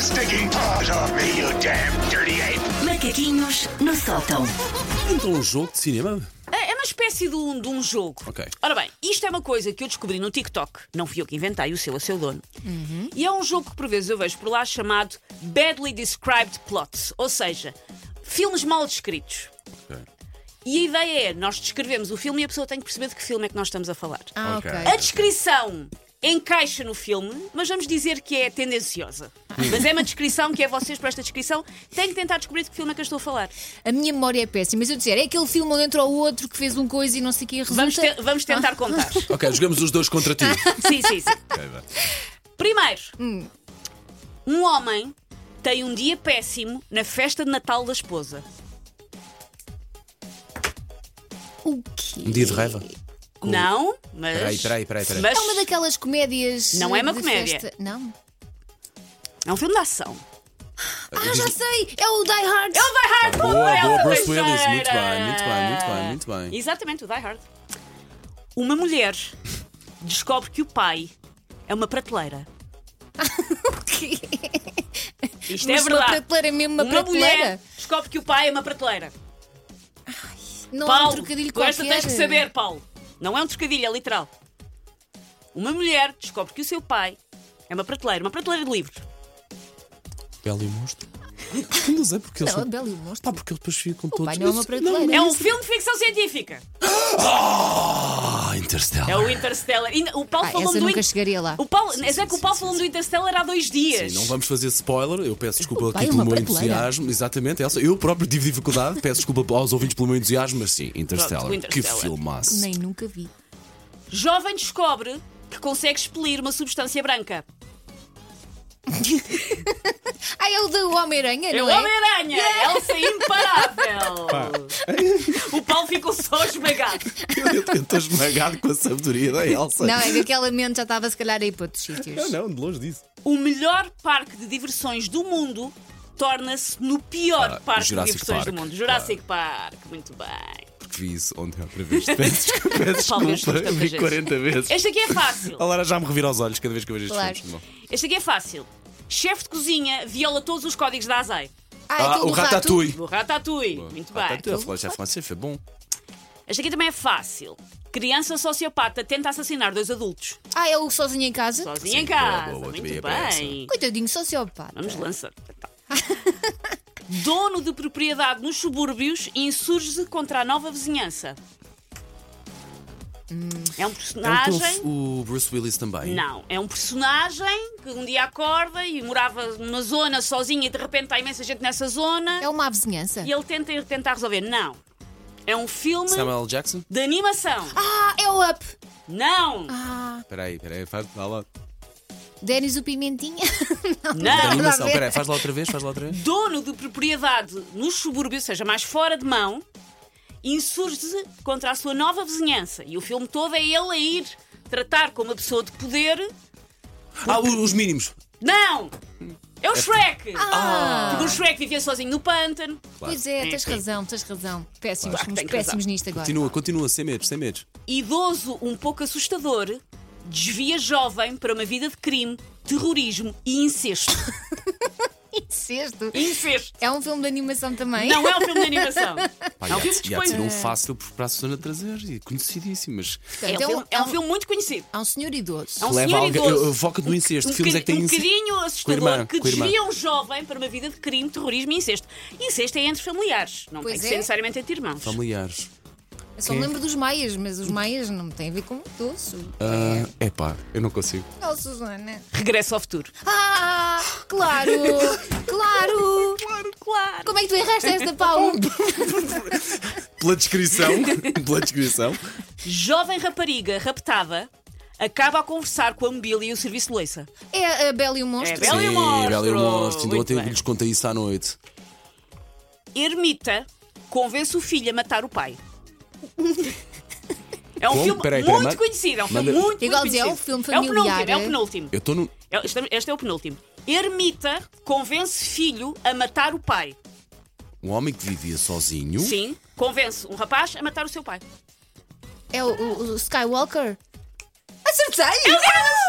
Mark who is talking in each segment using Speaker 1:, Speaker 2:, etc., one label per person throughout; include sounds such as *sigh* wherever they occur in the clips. Speaker 1: stinking paws off me, you damn dirty ape!
Speaker 2: Macaquinhos no sótão.
Speaker 3: Então um jogo de cinema?
Speaker 4: É é uma espécie de um, de um jogo.
Speaker 3: Ok.
Speaker 4: Ora bem, isto é uma coisa que eu descobri no TikTok. Não fui eu que inventei, o seu a seu dono. E é um jogo que por vezes eu vejo por lá chamado Badly Described Plots. Ou seja, filmes mal descritos. E a ideia é, nós descrevemos o filme e a pessoa tem que perceber de que filme é que nós estamos a falar.
Speaker 5: Ah, ok.
Speaker 3: Ok.
Speaker 4: A descrição encaixa no filme, mas vamos dizer que é tendenciosa. Mas é uma descrição que é vocês, para esta descrição, têm que tentar descobrir de que filme é que eu estou a falar.
Speaker 5: A minha memória é péssima, mas eu dizer, é aquele filme onde entra o outro que fez um coisa e não sei o que resulta.
Speaker 4: Vamos, te- vamos tentar contar.
Speaker 3: Ok, jogamos os dois contra ti.
Speaker 4: Sim, sim, sim. Primeiro,
Speaker 5: Hum.
Speaker 4: um homem tem um dia péssimo na festa de Natal da esposa.
Speaker 5: O quê?
Speaker 3: Um dia de raiva.
Speaker 4: Não, mas.
Speaker 3: Peraí, peraí, peraí, peraí.
Speaker 4: mas
Speaker 5: É uma daquelas comédias.
Speaker 4: Não é uma
Speaker 5: de
Speaker 4: comédia.
Speaker 5: festa. Não.
Speaker 4: é um filme de ação.
Speaker 5: Ah, já sei! É o Die Hard!
Speaker 4: É o Die Hard!
Speaker 3: Boa,
Speaker 4: é
Speaker 3: boa,
Speaker 4: o
Speaker 3: Bruce
Speaker 4: Teixeira.
Speaker 3: Willis. Muito bem, muito bem, muito bem, muito bem.
Speaker 4: Exatamente, o Die Hard. Uma mulher descobre que o pai é uma prateleira.
Speaker 5: O quê?
Speaker 4: Isto
Speaker 5: *laughs* Mas
Speaker 4: é
Speaker 5: uma
Speaker 4: verdade.
Speaker 5: prateleira mesmo, uma, prateleira.
Speaker 4: mulher descobre que o pai é uma prateleira.
Speaker 5: Não há um
Speaker 4: Paulo,
Speaker 5: trocadilho
Speaker 4: com esta
Speaker 5: qualquer.
Speaker 4: tens que saber, Paulo. Não é um trocadilho, é literal. Uma mulher descobre que o seu pai é uma prateleira, uma prateleira de livros.
Speaker 3: Belo e o monstro. Não sei porque eles.
Speaker 5: Não, é Belo e o Monstro.
Speaker 3: Pá, porque eles depois ficam todos.
Speaker 5: pai não é uma prateleira.
Speaker 4: É um filme de ficção científica.
Speaker 3: Ah, Interstellar.
Speaker 4: É o Interstellar. Ainda- O Paulo
Speaker 5: Ah,
Speaker 4: falou
Speaker 5: essa
Speaker 4: do
Speaker 5: nunca
Speaker 4: In-
Speaker 5: chegaria lá.
Speaker 4: O Paulo, é que o Paulo falou do Interstellar há dois dias.
Speaker 3: Sim, não vamos fazer spoiler, eu peço desculpa
Speaker 5: O
Speaker 3: aqui
Speaker 5: pai é
Speaker 3: pelo
Speaker 5: uma
Speaker 3: meu
Speaker 5: prateleira.
Speaker 3: entusiasmo. Exatamente, Elsa. Eu próprio tive dificuldade, peço desculpa aos ouvintes pelo meu entusiasmo, mas sim, Interstellar.
Speaker 4: Pronto, o Interstellar.
Speaker 3: Que filmaço.
Speaker 5: Nem nunca vi.
Speaker 4: Jovem descobre que consegue expelir uma substância branca.
Speaker 5: Ah, é o do Homem-Aranha,
Speaker 4: É o
Speaker 5: não é?
Speaker 4: Homem-Aranha! Elsa é
Speaker 3: *laughs*
Speaker 4: imparável! O Paulo ficou só esmagado.
Speaker 3: *laughs* Eu eu estou esmagado com a sabedoria da Elsa.
Speaker 5: Não, é que aquela mente já estava se calhar aí para outros sítios.
Speaker 3: Eu não, de longe disso.
Speaker 4: O melhor parque de diversões do mundo torna-se no pior
Speaker 3: Ah,
Speaker 4: parque
Speaker 3: Jurassic
Speaker 4: de diversões
Speaker 3: Park, Ah.
Speaker 4: do mundo. Jurassic Park, muito bem.
Speaker 3: Porque vi isso ontem outra vez.
Speaker 5: *laughs*
Speaker 3: Peço desculpa, peço
Speaker 4: Talvez
Speaker 3: desculpa.
Speaker 4: custa
Speaker 3: Vi
Speaker 4: para
Speaker 3: 40 vezes.
Speaker 4: Este aqui
Speaker 3: *laughs*
Speaker 4: é fácil.
Speaker 3: A Lara já me revira aos olhos cada vez que eu vejo estes
Speaker 5: Claro.
Speaker 3: filmes. Bom.
Speaker 4: Este aqui é fácil. Chefe de cozinha viola todos os códigos da ASAI.
Speaker 3: Ah,
Speaker 5: Ah, aquele
Speaker 3: o
Speaker 5: do rato.
Speaker 3: Ratatouille.
Speaker 4: O Ratatouille, muito bem.
Speaker 3: Ratatouille, ele falou chefe francês, foi bom. É um
Speaker 4: Este aqui também é fácil. Criança sociopata tenta assassinar dois adultos.
Speaker 5: Ah, é o sozinho em casa?
Speaker 4: Sozinha em
Speaker 3: boa,
Speaker 4: casa.
Speaker 3: boa,
Speaker 4: muito
Speaker 3: também é
Speaker 4: bem.
Speaker 3: para essa.
Speaker 5: Coitadinho, sociopata.
Speaker 4: Vamos lançar. Tá. *laughs* Dono de propriedade nos subúrbios insurge-se contra a nova vizinhança. É um personagem.
Speaker 3: É o, teu- o Bruce Willis também.
Speaker 4: Não, é um personagem que um dia acorda e morava numa zona sozinho e de repente há imensa gente nessa zona
Speaker 5: É uma vizinhança.
Speaker 4: e ele tenta ir tentar resolver. Não. É um filme
Speaker 3: Samuel L. Jackson?
Speaker 4: de animação.
Speaker 5: Ah, é o Up.
Speaker 4: Não!
Speaker 5: Ah,
Speaker 3: Espera aí, espera aí, faz dá lá.
Speaker 5: Denis o Pimentinha. *laughs*
Speaker 3: Da
Speaker 4: Não!
Speaker 3: animação,
Speaker 5: a ver.
Speaker 3: espera aí, faz lá outra vez, faz lá outra vez.
Speaker 4: Dono de propriedade nos subúrbios, ou seja, mais fora de mão, insurge-se contra a sua nova vizinhança. E o filme todo é ele a ir tratar com uma pessoa de poder.
Speaker 3: Ah, o- os mínimos.
Speaker 4: Não! É o Shrek!
Speaker 5: Ah,
Speaker 4: Porque o Shrek vivia sozinho no pântano.
Speaker 5: pois é, tens razão, tens razão. Péssimos,
Speaker 4: Claro que
Speaker 5: somos
Speaker 4: tem
Speaker 5: péssimos
Speaker 4: razão.
Speaker 5: nisto agora.
Speaker 3: Continua, continua, sem medos, sem medos.
Speaker 4: idoso um pouco assustador desvia jovem para uma vida de crime, terrorismo e incesto.
Speaker 5: Sexto.
Speaker 4: *laughs* Incesto!
Speaker 5: É um filme de animação também?
Speaker 4: Não é um filme de animação.
Speaker 3: Pá,
Speaker 4: é um
Speaker 3: já-
Speaker 4: filme que
Speaker 3: já tirou um
Speaker 4: expõe.
Speaker 3: fácil por- para a Susana trazer e conhecidíssimo, mas.
Speaker 4: É um,
Speaker 5: Então,
Speaker 4: filme, é um filme muito conhecido.
Speaker 5: Há um senhor idoso.
Speaker 4: É um
Speaker 3: Leva
Speaker 4: senhor
Speaker 3: alguém.
Speaker 4: idoso.
Speaker 3: eu- eu Foca no incesto.
Speaker 4: Um
Speaker 3: Filmes é que
Speaker 4: bocadinho-
Speaker 3: têm
Speaker 4: um
Speaker 3: incesto.
Speaker 4: bocadinho assustador
Speaker 3: Com a irmã,
Speaker 4: que
Speaker 3: com a irmã.
Speaker 4: desvia um jovem para uma vida de crime, terrorismo e incesto. Incesto é entre familiares, não
Speaker 5: Pois
Speaker 4: tem que
Speaker 5: é.
Speaker 4: ser necessariamente entre irmãos.
Speaker 3: Familiares.
Speaker 5: Eu só me lembro dos maias, mas os maias não têm a ver com idoso.
Speaker 3: Ah, epá, eu não consigo.
Speaker 5: Oh, Susana.
Speaker 4: Regresso ao futuro.
Speaker 5: Ah, claro, claro.
Speaker 4: Claro, claro.
Speaker 5: Como é que tu erraste esta, Paulo?
Speaker 3: Pela
Speaker 4: *laughs*
Speaker 3: descrição, pela descrição.
Speaker 4: Jovem rapariga raptada acaba a conversar com a mobília e o serviço de loiça.
Speaker 5: É a Bela e o Monstro.
Speaker 4: É Bela e o Monstro.
Speaker 3: Bela e o Monstro. Ainda
Speaker 4: Muito
Speaker 3: ontem eu
Speaker 4: bem.
Speaker 3: lhes contei isso à noite.
Speaker 4: Ermita convence o filho a matar o pai. É um
Speaker 3: Como?
Speaker 4: filme
Speaker 3: Peraí, peraí,
Speaker 4: muito
Speaker 3: mas-
Speaker 4: conhecido. É um filme
Speaker 3: Manda-
Speaker 4: muito, muito
Speaker 5: Igual dizer, é
Speaker 4: conhecido.
Speaker 5: um filme familiar,
Speaker 4: É o penúltimo. É o penúltimo.
Speaker 5: é?
Speaker 3: Eu estou no.
Speaker 4: É- Este, este é o penúltimo. Ermita convence filho a matar o pai.
Speaker 3: Um homem que vivia sozinho.
Speaker 4: Sim, convence um rapaz a matar o seu pai.
Speaker 5: É o, o- o Skywalker. Acertei!
Speaker 4: Elas!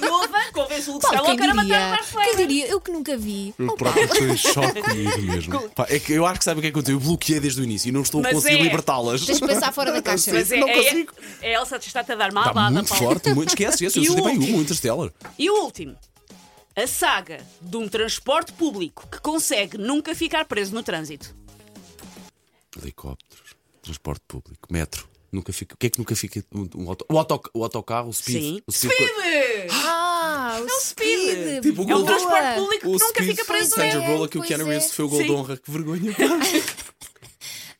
Speaker 4: Iova *laughs* convence o
Speaker 5: Pá,
Speaker 4: Luxelo
Speaker 5: quem
Speaker 4: a querer matar o
Speaker 5: diria?
Speaker 4: Mark
Speaker 5: Quem
Speaker 4: Fleming.
Speaker 5: diria? Eu que nunca vi.
Speaker 3: Eu
Speaker 5: Opa.
Speaker 3: próprio estou em choque comigo mesmo. Pá, é que eu acho que sabe o que é que aconteceu. Eu bloqueei desde o início e não estou
Speaker 4: Mas
Speaker 3: a conseguir
Speaker 4: é.
Speaker 3: libertá-las.
Speaker 5: Tens
Speaker 3: *laughs*
Speaker 5: de pensar fora da caixa.
Speaker 4: Mas é,
Speaker 3: Não
Speaker 4: é,
Speaker 3: consigo.
Speaker 4: é Elsa te está a dar uma
Speaker 3: Está
Speaker 4: abada,
Speaker 3: Tá muito
Speaker 4: Paulo.
Speaker 3: forte, muito. Esquece, esquece. Eu
Speaker 4: E
Speaker 3: sou
Speaker 4: o
Speaker 3: bem
Speaker 4: último?
Speaker 3: um Interstellar.
Speaker 4: E o último. A saga de um transporte público que consegue nunca ficar preso no trânsito.
Speaker 3: Helicópteros, transporte público, metro. Nunca fica. O que é que nunca fica? Um, um auto- o, auto- o autocarro, o speed.
Speaker 4: Sim.
Speaker 3: O
Speaker 4: Speed!
Speaker 3: circo-
Speaker 5: Ah, o
Speaker 4: speed.
Speaker 5: speed.
Speaker 3: Tipo,
Speaker 4: É um
Speaker 3: Boa.
Speaker 4: transporte público
Speaker 3: O
Speaker 4: que nunca
Speaker 3: speed.
Speaker 4: fica preso no
Speaker 5: Pois é.
Speaker 3: Sandra Bullock, o
Speaker 5: pois
Speaker 3: Keanu
Speaker 5: é.
Speaker 3: Reeves foi o gol de
Speaker 4: Sim.
Speaker 3: honra. Que vergonha.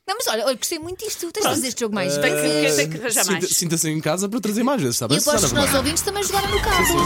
Speaker 5: Não, mas olha, olha, gostei muito disto. Tens de fazer este jogo mais.
Speaker 4: Tem que, tem que arranjar
Speaker 3: Sinta-
Speaker 4: mais.
Speaker 3: Sinta-se em casa para trazer mais vezes, está
Speaker 5: E
Speaker 3: bem?
Speaker 5: aposto que os
Speaker 3: Susana
Speaker 5: nossos
Speaker 3: Romana?
Speaker 5: ouvintes também jogaram no carro.